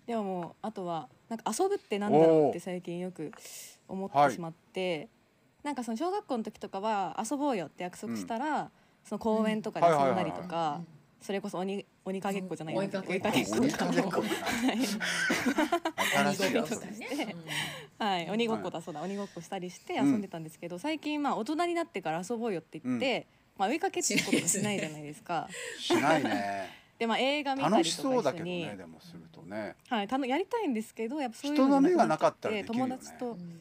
[SPEAKER 4] でももうあとはなんか遊ぶってなんだろうって最近よく思ってしまって、なんかその小学校の時とかは遊ぼうよって約束したら、その公園とかで遊んだり
[SPEAKER 2] はい
[SPEAKER 4] と
[SPEAKER 2] はい
[SPEAKER 4] か、それこそ鬼鬼かけっこじゃない
[SPEAKER 3] 追
[SPEAKER 4] なん
[SPEAKER 3] いか
[SPEAKER 4] だっ
[SPEAKER 3] け
[SPEAKER 4] け
[SPEAKER 3] っこ
[SPEAKER 4] 追いかけっこ
[SPEAKER 2] かけっこ
[SPEAKER 4] とかも
[SPEAKER 2] ね新しい遊び
[SPEAKER 3] とかね。
[SPEAKER 4] はい、鬼ごっこだそうだ、鬼ごっこしたりして遊んでたんですけど、最近まあ大人になってから遊ぼうよって言って、まあ追いかけっていうこともしないじゃないですか。
[SPEAKER 2] しないね
[SPEAKER 4] でまあ映画見たりとか
[SPEAKER 2] 楽
[SPEAKER 4] 一
[SPEAKER 2] し
[SPEAKER 4] 緒に
[SPEAKER 2] そうだけどねでもするとね
[SPEAKER 4] はい、たのやりたいんですけどやっぱそういう
[SPEAKER 2] 人の目が
[SPEAKER 4] じゃ
[SPEAKER 2] なかったらで
[SPEAKER 4] て
[SPEAKER 2] きるよね
[SPEAKER 4] 友達と、
[SPEAKER 3] うん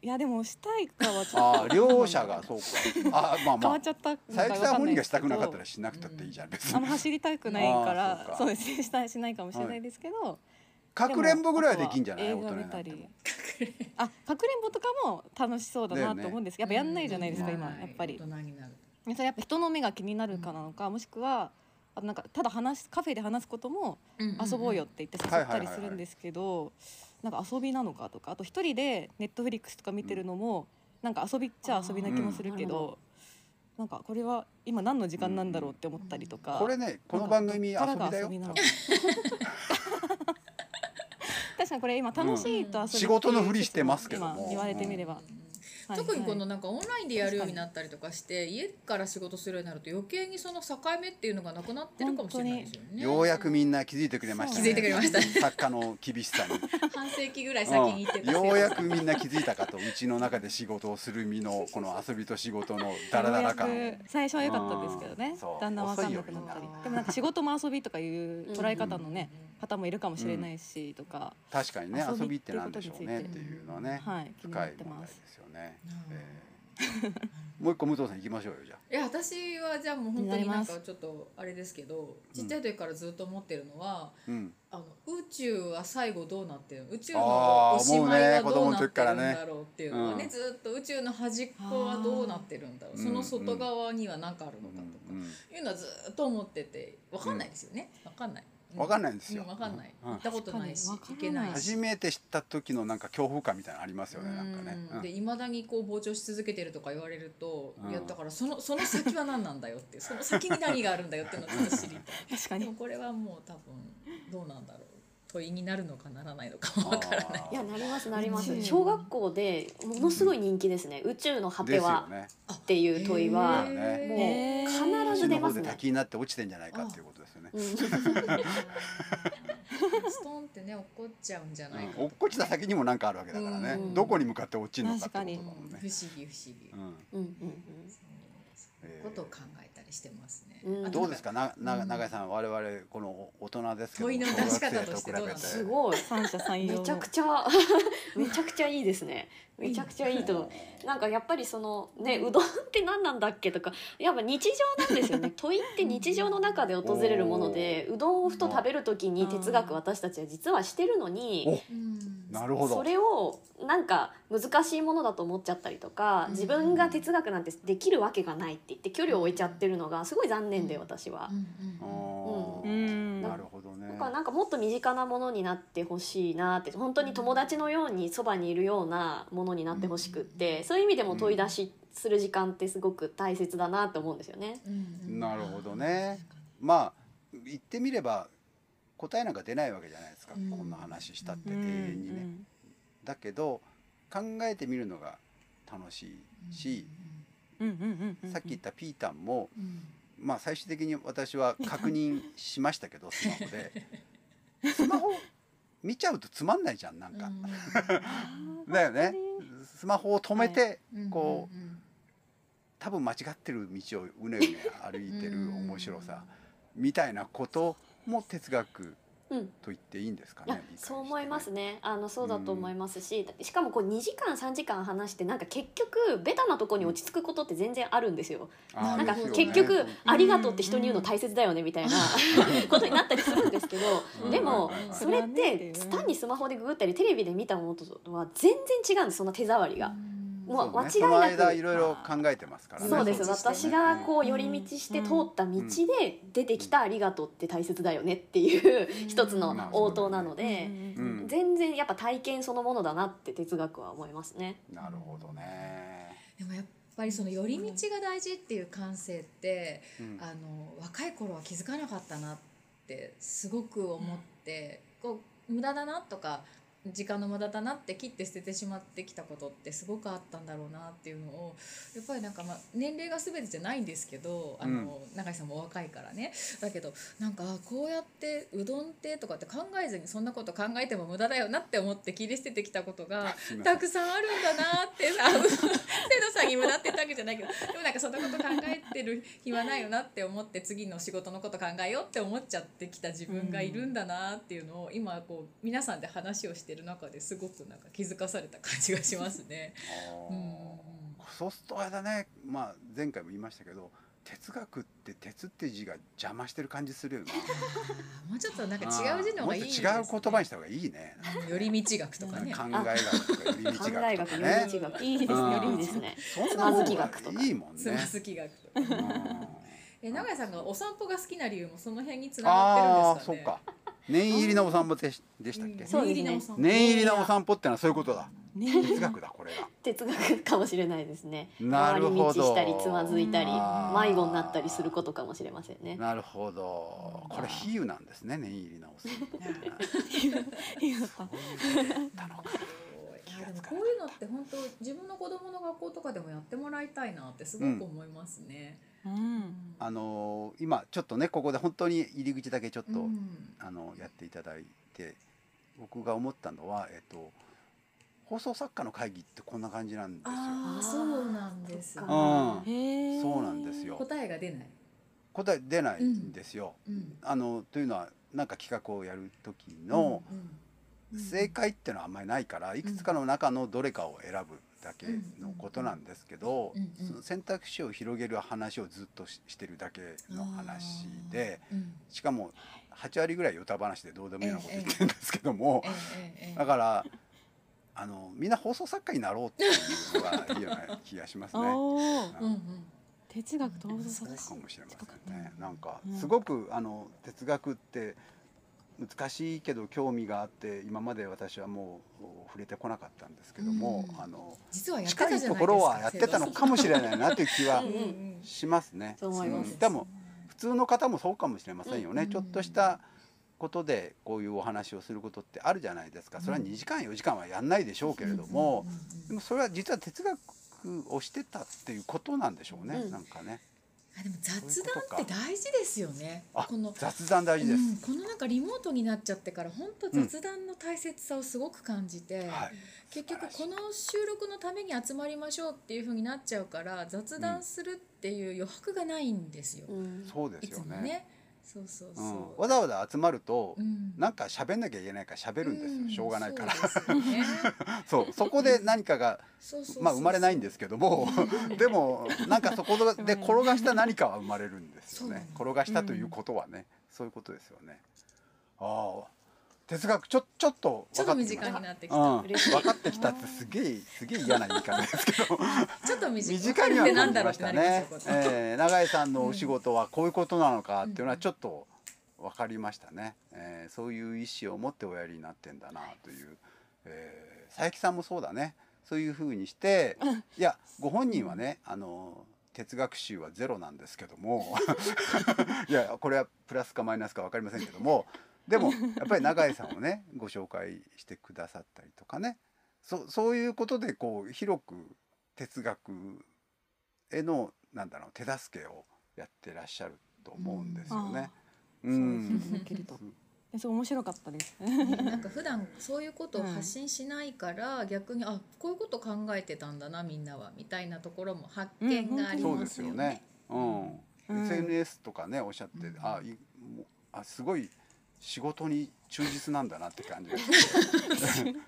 [SPEAKER 4] いやでもしたいかはちょ
[SPEAKER 2] あ
[SPEAKER 4] っ
[SPEAKER 2] あ
[SPEAKER 4] と
[SPEAKER 2] 両者がそうかあまあ
[SPEAKER 4] 変
[SPEAKER 2] ま
[SPEAKER 4] わ
[SPEAKER 2] あ
[SPEAKER 4] っちゃったのか
[SPEAKER 2] 佐伯さん本人がしたくなかったら
[SPEAKER 4] し
[SPEAKER 2] しなくたっていいじゃん別
[SPEAKER 4] あん
[SPEAKER 2] に
[SPEAKER 4] ま走りたくないか
[SPEAKER 2] あー
[SPEAKER 4] ら
[SPEAKER 2] そうか
[SPEAKER 4] そうですねしたしないかもしれないですけど、
[SPEAKER 2] かくれんぼぐらいはできんじゃない
[SPEAKER 4] で
[SPEAKER 2] 大
[SPEAKER 4] も
[SPEAKER 2] 人
[SPEAKER 4] 映画
[SPEAKER 2] に
[SPEAKER 4] 見
[SPEAKER 2] な
[SPEAKER 4] た
[SPEAKER 2] って
[SPEAKER 4] り
[SPEAKER 2] も
[SPEAKER 4] あかくれんぼとかも楽しそうだ
[SPEAKER 2] だよ
[SPEAKER 4] な
[SPEAKER 2] ね
[SPEAKER 4] と思うんですけどやっぱやんないじゃないですか、
[SPEAKER 3] うん
[SPEAKER 4] 今やっぱり
[SPEAKER 3] 大人になる。
[SPEAKER 4] それやっぱ人の目が気になるかなのか、もしくはあとなんかただ話すカフェで話すことも遊ぼうよっ。て言って誘ったりするんですけどなんか遊びなのかとかあと一人でネットフリックスとか見てるのも、なんか遊びっちゃ遊びな気もするけど、なんかこれは今何の時間なんだろうって思ったりとか、
[SPEAKER 2] これねこの番組遊びだよ
[SPEAKER 4] なんかどっからが遊びなの
[SPEAKER 2] 多分
[SPEAKER 4] 確かにこれ今楽しいと遊び、
[SPEAKER 2] 仕事のふりしてますけども
[SPEAKER 4] 今言われてみれば、はい
[SPEAKER 3] 特にこの
[SPEAKER 4] はい
[SPEAKER 3] なんかオンラインでやるようになったりとかして家から仕事するようになると余計にその境目っていうのがなくなってるかもしれないですよね。
[SPEAKER 2] ようやくみんな気づいてくれましたね
[SPEAKER 3] 気づいてくれました
[SPEAKER 2] 作家の厳しさ に
[SPEAKER 3] 半世紀ぐらい先に行って
[SPEAKER 2] うんようやくみんな気づいたかとうちの中で仕事をする身のこの遊びと仕事のダラダラ
[SPEAKER 4] よう
[SPEAKER 2] 感
[SPEAKER 4] やく最初は良かったんですけど
[SPEAKER 2] うん
[SPEAKER 4] ね
[SPEAKER 2] そう
[SPEAKER 4] だんだん分かんなくなった
[SPEAKER 3] 遅い
[SPEAKER 4] り
[SPEAKER 3] よみんな
[SPEAKER 4] でもなんか仕事も遊びとかいう捉え方のね、方もいるかもしれないしとか、
[SPEAKER 2] 確かにね遊
[SPEAKER 4] 遊
[SPEAKER 2] び
[SPEAKER 4] び
[SPEAKER 2] ってなんでしょうねっていうのはね
[SPEAKER 4] はい気にな
[SPEAKER 2] 深
[SPEAKER 4] っ
[SPEAKER 2] い
[SPEAKER 4] て
[SPEAKER 2] 問題
[SPEAKER 4] ま
[SPEAKER 2] ですすよね
[SPEAKER 3] うん
[SPEAKER 2] えーもう一個武藤さん行きましょうよじゃあ
[SPEAKER 3] いや私はじゃあもう本当
[SPEAKER 4] 気
[SPEAKER 3] に
[SPEAKER 4] にな
[SPEAKER 3] なん
[SPEAKER 4] ります
[SPEAKER 3] かちょっとあれですけどちっちゃい時からずっと思ってるのは、
[SPEAKER 2] うん
[SPEAKER 3] あの宇宙は最後どうなってるの宇宙
[SPEAKER 2] あー
[SPEAKER 3] のおしまいは
[SPEAKER 2] もうね
[SPEAKER 3] どうな
[SPEAKER 2] 子供の
[SPEAKER 3] ってる
[SPEAKER 2] 時
[SPEAKER 3] ん
[SPEAKER 2] からね
[SPEAKER 3] だろうっていうのはね
[SPEAKER 2] うん
[SPEAKER 3] ずっと宇宙の端っこはどうなってるんだろ
[SPEAKER 2] あ
[SPEAKER 3] う
[SPEAKER 2] ー
[SPEAKER 3] その外側には何かあるのかとか、
[SPEAKER 2] うんうん
[SPEAKER 3] いうのはずっと思っててわかんないですよねわかんない
[SPEAKER 2] わかん
[SPEAKER 3] な
[SPEAKER 2] な
[SPEAKER 3] い
[SPEAKER 2] いんですよ。
[SPEAKER 3] わかんない
[SPEAKER 2] うん
[SPEAKER 3] 行ったことないし行
[SPEAKER 4] わかんない
[SPEAKER 3] けないし
[SPEAKER 2] 初めて知った時のなんか恐怖感みたいなのありますよね。なんかね。
[SPEAKER 3] うんでいまだにこう膨張し続けてるとか言われると、
[SPEAKER 2] うん
[SPEAKER 3] いやだからそのその先は何なんだよっていうその先に何があるんだよっていうのをちょっと知り たい
[SPEAKER 4] 確か
[SPEAKER 3] で
[SPEAKER 4] に
[SPEAKER 3] もこれはもう多分どうなんだろう問いになるのかならないのかもわからない
[SPEAKER 1] いやなりますなりま
[SPEAKER 4] 宇
[SPEAKER 1] す
[SPEAKER 4] 宙
[SPEAKER 1] 小学校でものすごい人気ですね宇宙の果ては
[SPEAKER 2] ですよね。
[SPEAKER 1] っていう問いは
[SPEAKER 2] へ
[SPEAKER 1] もう
[SPEAKER 3] へ
[SPEAKER 4] へー
[SPEAKER 1] 必
[SPEAKER 2] 足
[SPEAKER 1] ず出
[SPEAKER 2] の
[SPEAKER 1] ま
[SPEAKER 2] 方
[SPEAKER 1] す
[SPEAKER 2] で
[SPEAKER 1] ね
[SPEAKER 2] 滝になって落ちてんじゃないかっていうことですよね。
[SPEAKER 1] うん
[SPEAKER 3] ーストンってね落っこっちゃうんじゃないかとか
[SPEAKER 2] 落っこちた先にもなんかあるわけだからね。
[SPEAKER 1] うん
[SPEAKER 2] どこに向かって落ちるのかってことだ
[SPEAKER 4] に
[SPEAKER 3] うん不
[SPEAKER 2] も
[SPEAKER 3] 思
[SPEAKER 2] んね。
[SPEAKER 3] 議不思議、
[SPEAKER 2] うん
[SPEAKER 1] うん
[SPEAKER 3] そういうことを考えたりしてますね、
[SPEAKER 1] うん
[SPEAKER 3] あと
[SPEAKER 2] どうん
[SPEAKER 3] なか
[SPEAKER 2] ですか、な、な、
[SPEAKER 3] うん
[SPEAKER 2] 永井さん、我々、この大人ですけど。
[SPEAKER 3] 問いの出し方としてど
[SPEAKER 2] 小
[SPEAKER 3] う
[SPEAKER 2] 学
[SPEAKER 3] な
[SPEAKER 2] 生
[SPEAKER 3] の
[SPEAKER 1] す
[SPEAKER 2] と比べて。
[SPEAKER 1] ごい
[SPEAKER 4] 三者三
[SPEAKER 1] め
[SPEAKER 4] 様
[SPEAKER 1] ちゃくちゃめちゃくちゃいいですねめちゃくちゃいいとなんかやっぱりそのねうどんって何なんだっけとかやっぱ日常なんですよね問いって日常の中で訪れるものでうどんをふと食べる時に哲学私たちは実はしてるのに
[SPEAKER 2] お
[SPEAKER 3] うん
[SPEAKER 2] なるほど。
[SPEAKER 1] それをなんか難しいものだと思っちゃったりとか
[SPEAKER 3] うん
[SPEAKER 1] 自分が哲学なんてできるわけがないって言って距離を置いちゃってるのがすごい残念で私は
[SPEAKER 3] う。んうんうん
[SPEAKER 2] あー
[SPEAKER 4] うん
[SPEAKER 2] なるほどね。
[SPEAKER 1] だかからなんかもっと身近なものになってほしいなって本当に友達のようにそばにいるようなものになってほしくってそういう意味でも問い出しする時間ってすごく大切だなと思うんですよね。
[SPEAKER 2] なるほどね。まあ言ってみれば答えなんか出ないわけじゃないですか、
[SPEAKER 3] うん
[SPEAKER 2] こんな話したって
[SPEAKER 4] う
[SPEAKER 2] 永
[SPEAKER 4] ん
[SPEAKER 2] 遠にね。だけど考えてみるのが楽しいし、
[SPEAKER 4] うんうんうんうん
[SPEAKER 2] さっき言ったピータンも、
[SPEAKER 3] うん
[SPEAKER 2] まあ、最終的に私は確認しましたけどスマホ で。スマホ見ちゃうとつまんないじゃんなんか。だよね。スマホを止めて、
[SPEAKER 3] うん
[SPEAKER 2] こ
[SPEAKER 3] うんうん
[SPEAKER 2] 多分間違ってる道をうねうね歩いてる面白さみたいなことも哲学
[SPEAKER 1] うん
[SPEAKER 2] と言っていいんですか
[SPEAKER 1] いや
[SPEAKER 2] ね。理解して
[SPEAKER 1] そう思いますねあのそうだと思いますし、だってしかもこう2時間3時間話してなんか結局ベタなとこに落ち着くことって全然あるんですよ。
[SPEAKER 2] あー
[SPEAKER 1] なんか
[SPEAKER 2] ですよね
[SPEAKER 1] 結 局「ありがとう」って人に言うの大切だよねみたいなことになったりするんですけ
[SPEAKER 2] う
[SPEAKER 1] ど
[SPEAKER 2] ん
[SPEAKER 1] でも
[SPEAKER 2] うん
[SPEAKER 1] それって単にスマホでググったりテレビで見たものとは全然違うんですその手触りが。もう
[SPEAKER 2] そうね
[SPEAKER 1] 間違
[SPEAKER 2] そ
[SPEAKER 1] いなく
[SPEAKER 2] の間いろいろ考えてますからね。
[SPEAKER 1] そうです
[SPEAKER 3] そうですね
[SPEAKER 1] 私がこう寄り道して通った道で出てきた「ありがとう」って大切だよねっていう
[SPEAKER 3] うん
[SPEAKER 1] 一つの応答なの
[SPEAKER 4] うんうん
[SPEAKER 1] で
[SPEAKER 4] うんうん
[SPEAKER 2] うん
[SPEAKER 1] 全然やっぱ体験そのものだなって哲学は思いますね。
[SPEAKER 2] なるほどね。
[SPEAKER 3] でもやっぱりその寄り道が大事っていう感性って、
[SPEAKER 2] うん
[SPEAKER 3] あの若い頃は気づかなかったなってすごく思って、こう無駄だなとか時間の無駄だなって切って捨ててしまってきたことってすごくあったんだろうなっていうのをやっぱりなんかまあ年齢が全てじゃないんですけどあの、永井さんもお若いからねだけどなんかあこうやってうどんってとかって考えずにそんなこと考えても無駄だよなって思って切り捨ててきたことが
[SPEAKER 2] すい ません
[SPEAKER 3] たくさんあるんだなってさ生徒さんに無駄って言ったわけじゃないけどでもなんかそんなこと考えてる暇ないよなって思って次の仕事のこと考えようって思っちゃってきた自分がいるんだなっていうのを今こう皆さんで話をしてる中ですごくなんか気づかされた感じがしますね。
[SPEAKER 2] あ
[SPEAKER 3] うんうん
[SPEAKER 2] ーそうするとあれだね。まあ前回も言いましたけど。哲学って鉄って字が邪魔してる感じするよね。
[SPEAKER 3] もうちょっとなんか違う字の方がいいです、
[SPEAKER 2] あーもっと違う言葉にした方がいいね。
[SPEAKER 3] うん寄り道学とかね。
[SPEAKER 2] 考え学とか寄り道
[SPEAKER 1] 考
[SPEAKER 2] 学
[SPEAKER 1] え
[SPEAKER 2] と
[SPEAKER 1] 学
[SPEAKER 2] か
[SPEAKER 1] 寄
[SPEAKER 2] ね。
[SPEAKER 1] り道学いいですね
[SPEAKER 2] うん
[SPEAKER 1] いいですね。
[SPEAKER 2] そんなも
[SPEAKER 1] つまず
[SPEAKER 2] ん
[SPEAKER 1] き学とか
[SPEAKER 2] いいもん
[SPEAKER 3] つ
[SPEAKER 2] ね
[SPEAKER 3] ま。ずき学とか。え永井さんがお散歩が好きな理由もその辺につなが
[SPEAKER 2] あ
[SPEAKER 3] って
[SPEAKER 2] あー、
[SPEAKER 3] る
[SPEAKER 2] そ
[SPEAKER 3] ん
[SPEAKER 2] う
[SPEAKER 3] ですかね。
[SPEAKER 2] か。念入りのお散歩でしでしたっけ
[SPEAKER 3] うん。
[SPEAKER 1] そうです
[SPEAKER 3] 念入りな
[SPEAKER 1] ね
[SPEAKER 3] お散歩
[SPEAKER 2] 念入りのお散歩ってのはそういうことだ。
[SPEAKER 4] ね
[SPEAKER 2] 哲学だこれが。
[SPEAKER 1] 哲学かもしれないですね。
[SPEAKER 2] なるほど
[SPEAKER 1] 回り道したりつまずいたり
[SPEAKER 2] あー
[SPEAKER 1] 迷子になったりすることかもしれませんね。
[SPEAKER 2] なるほど。これ比喩なんですね。念入りのお散歩ってのは。
[SPEAKER 4] いいのか
[SPEAKER 2] そういうことだった のか。
[SPEAKER 3] いやでもこういうのって本当自分の子供の学校とかでもやってもらいたいなってすごく思いますね。
[SPEAKER 4] う
[SPEAKER 3] うん
[SPEAKER 4] ん
[SPEAKER 2] あのー今ちょっとねここで本当に入り口だけちょっと、
[SPEAKER 3] うん
[SPEAKER 2] あのやっていただいて僕が思ったのはえっと放送作家の会議ってこんな感じなんですよ。
[SPEAKER 3] あーそうなんですね。
[SPEAKER 1] そっ
[SPEAKER 2] うん。
[SPEAKER 4] へー
[SPEAKER 2] そうなんですよ
[SPEAKER 3] 答えが出ない。
[SPEAKER 2] 答え出ないんですよ。
[SPEAKER 3] うん
[SPEAKER 2] あのというのはなんか企画をやる時の
[SPEAKER 3] うん
[SPEAKER 2] 正解っていうのはあんまりないからいくつかの中のどれかを選ぶだけのことなんですけど
[SPEAKER 3] うんうん
[SPEAKER 2] その選択肢を広げる話をずっとししてるだけの話で。
[SPEAKER 3] うん
[SPEAKER 2] しかも8割ぐらいヨタ話でどうでもいいようなこと言ってるんですけども
[SPEAKER 3] ええええ
[SPEAKER 2] だからあのみんな放送作家になろうっていうのがいいような気がします
[SPEAKER 4] あ
[SPEAKER 2] ね。
[SPEAKER 4] ー
[SPEAKER 3] うんうん
[SPEAKER 4] 哲学と放送
[SPEAKER 3] 難しい
[SPEAKER 2] かもしれませんね。なんか
[SPEAKER 4] うん
[SPEAKER 2] すごくあの哲学って難しいけど興味があって今まで私はもう触れてこなかったんですけども、
[SPEAKER 3] うん
[SPEAKER 2] あの
[SPEAKER 3] 実はやってた
[SPEAKER 2] 近
[SPEAKER 3] じ
[SPEAKER 2] い
[SPEAKER 3] ゃないです
[SPEAKER 2] と
[SPEAKER 3] か。
[SPEAKER 2] ころはやってたのかもしれないなという気は
[SPEAKER 3] うんうんうん
[SPEAKER 2] しますね。
[SPEAKER 1] そう思います
[SPEAKER 2] んでも普通の方もそうかもしれませんよね。
[SPEAKER 3] うん
[SPEAKER 2] ちょっとしたことでこういうお話をすることってあるじゃないですか。それは2時間4時間はやんないでしょうけれども、でもそれは実は哲学をしてたっていうことなんでしょうね。
[SPEAKER 1] うん
[SPEAKER 2] なんかね。
[SPEAKER 3] あでも雑談って大事ですよね。
[SPEAKER 2] あ
[SPEAKER 3] この
[SPEAKER 2] 雑談大事です。
[SPEAKER 3] うんこのなんかリモートになっちゃってから本当雑談の大切さをすごく感じて、
[SPEAKER 2] はい。
[SPEAKER 3] 結局この収録のために集まりましょうっていう風になっちゃうから雑談するっていう余白がないんですよ、
[SPEAKER 1] うん
[SPEAKER 2] そうで
[SPEAKER 3] い
[SPEAKER 2] す
[SPEAKER 3] つ
[SPEAKER 2] よ
[SPEAKER 3] も
[SPEAKER 2] ね。
[SPEAKER 3] ねそうそう
[SPEAKER 2] う
[SPEAKER 3] そ
[SPEAKER 2] ん、
[SPEAKER 3] う、
[SPEAKER 2] わざわざ集まると、
[SPEAKER 3] うん
[SPEAKER 2] なんか喋んなきゃいけないから喋るんですよ、しょうがないから
[SPEAKER 3] そですよね
[SPEAKER 2] そうそこで何かが
[SPEAKER 3] そうそうそうそう
[SPEAKER 2] まあ生まれないんですけどもでもなんかそ こで転がした何かは生まれるんですよ
[SPEAKER 3] そうな
[SPEAKER 2] ね
[SPEAKER 3] の
[SPEAKER 2] 転がしたということはね、そういうことですよねああ哲学ちょちょっと
[SPEAKER 3] ちょ
[SPEAKER 2] 分かって
[SPEAKER 3] っと身
[SPEAKER 2] きま
[SPEAKER 3] 近
[SPEAKER 2] し
[SPEAKER 3] に
[SPEAKER 2] た
[SPEAKER 3] なってきた、
[SPEAKER 2] うん、
[SPEAKER 1] 嬉しい
[SPEAKER 2] 分かってきたってすげえすげえ嫌な言い方ですけど
[SPEAKER 3] ちょっと身近
[SPEAKER 2] 身近には感
[SPEAKER 3] 分かるってなんだ
[SPEAKER 2] じ
[SPEAKER 3] ろう
[SPEAKER 2] ま
[SPEAKER 3] っ
[SPEAKER 2] して
[SPEAKER 3] な
[SPEAKER 2] た
[SPEAKER 3] りますよ
[SPEAKER 2] ね
[SPEAKER 3] これ
[SPEAKER 2] えー永井さんのお仕事はこういうことなのかっていうのはちょっと分かりましたね、えーそういう意思を持っておやりになってんだなという、えー佐伯さんもそうだねそういうふうにしていやご本人はねあの哲学集はゼロなんですけども いやこれはプラスかマイナスか分かりませんけどもでもやっぱり永井さんをねご紹介してくださったりとかねそそういうことでこう広く哲学へのなんだろう手助けをやってらっしゃると思うんですよね。う
[SPEAKER 4] そうで
[SPEAKER 2] ん
[SPEAKER 4] すね聞けると
[SPEAKER 2] うん
[SPEAKER 4] えそう面白かったです。
[SPEAKER 3] なんか普段そういうことを発信しないから、逆にあこういうこと考えてたんだなみんなはみたいなところも発見があり
[SPEAKER 2] そう
[SPEAKER 3] ま
[SPEAKER 2] です
[SPEAKER 3] す
[SPEAKER 2] よ
[SPEAKER 3] よ
[SPEAKER 2] ね
[SPEAKER 3] ね。。
[SPEAKER 2] うん
[SPEAKER 4] うん
[SPEAKER 2] SNS とかねおっしゃって、
[SPEAKER 3] うん
[SPEAKER 2] あいもうあすごい仕事に忠実なんだなって感じが、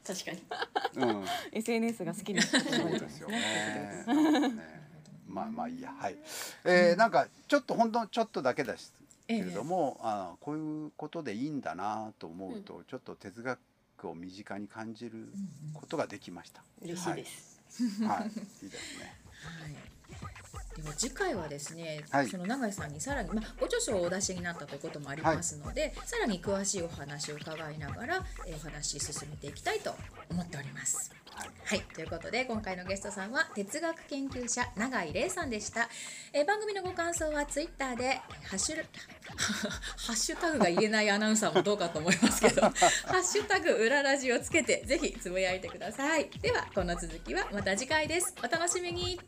[SPEAKER 1] 確かに
[SPEAKER 2] うん、
[SPEAKER 4] SNS が好きな人と
[SPEAKER 2] そう
[SPEAKER 4] 思
[SPEAKER 2] で
[SPEAKER 4] いますす
[SPEAKER 2] よ
[SPEAKER 4] ね。
[SPEAKER 2] ね。ねまあまあいいやはい、えー、なんかちょっとほんのちょっとだけだし
[SPEAKER 3] え
[SPEAKER 2] けれども、あーこういうことでいいんだなと思うと、ちょっと哲学を身近に感じることができました。
[SPEAKER 1] 嬉しいです、
[SPEAKER 2] はい、はい、いいですね。
[SPEAKER 3] では次回はですね、
[SPEAKER 2] はい
[SPEAKER 3] その永井さんにさらに、まあ、ご著書をお出しになったということもありますので、さらに詳しいお話を伺いながら、えーお話し進めていきたいと思っております。
[SPEAKER 2] はい
[SPEAKER 3] はい、ということで今回のゲストさんは哲学研究者永井玲さんでした、えー番組のご感想はツイッターでハッシュル ハッシュタグが言えないアナウンサーもどうかと思います けどハッシュタグ裏ラジをつけてぜひつぶやいてくださいではこの続きはまた次回ですお楽しみに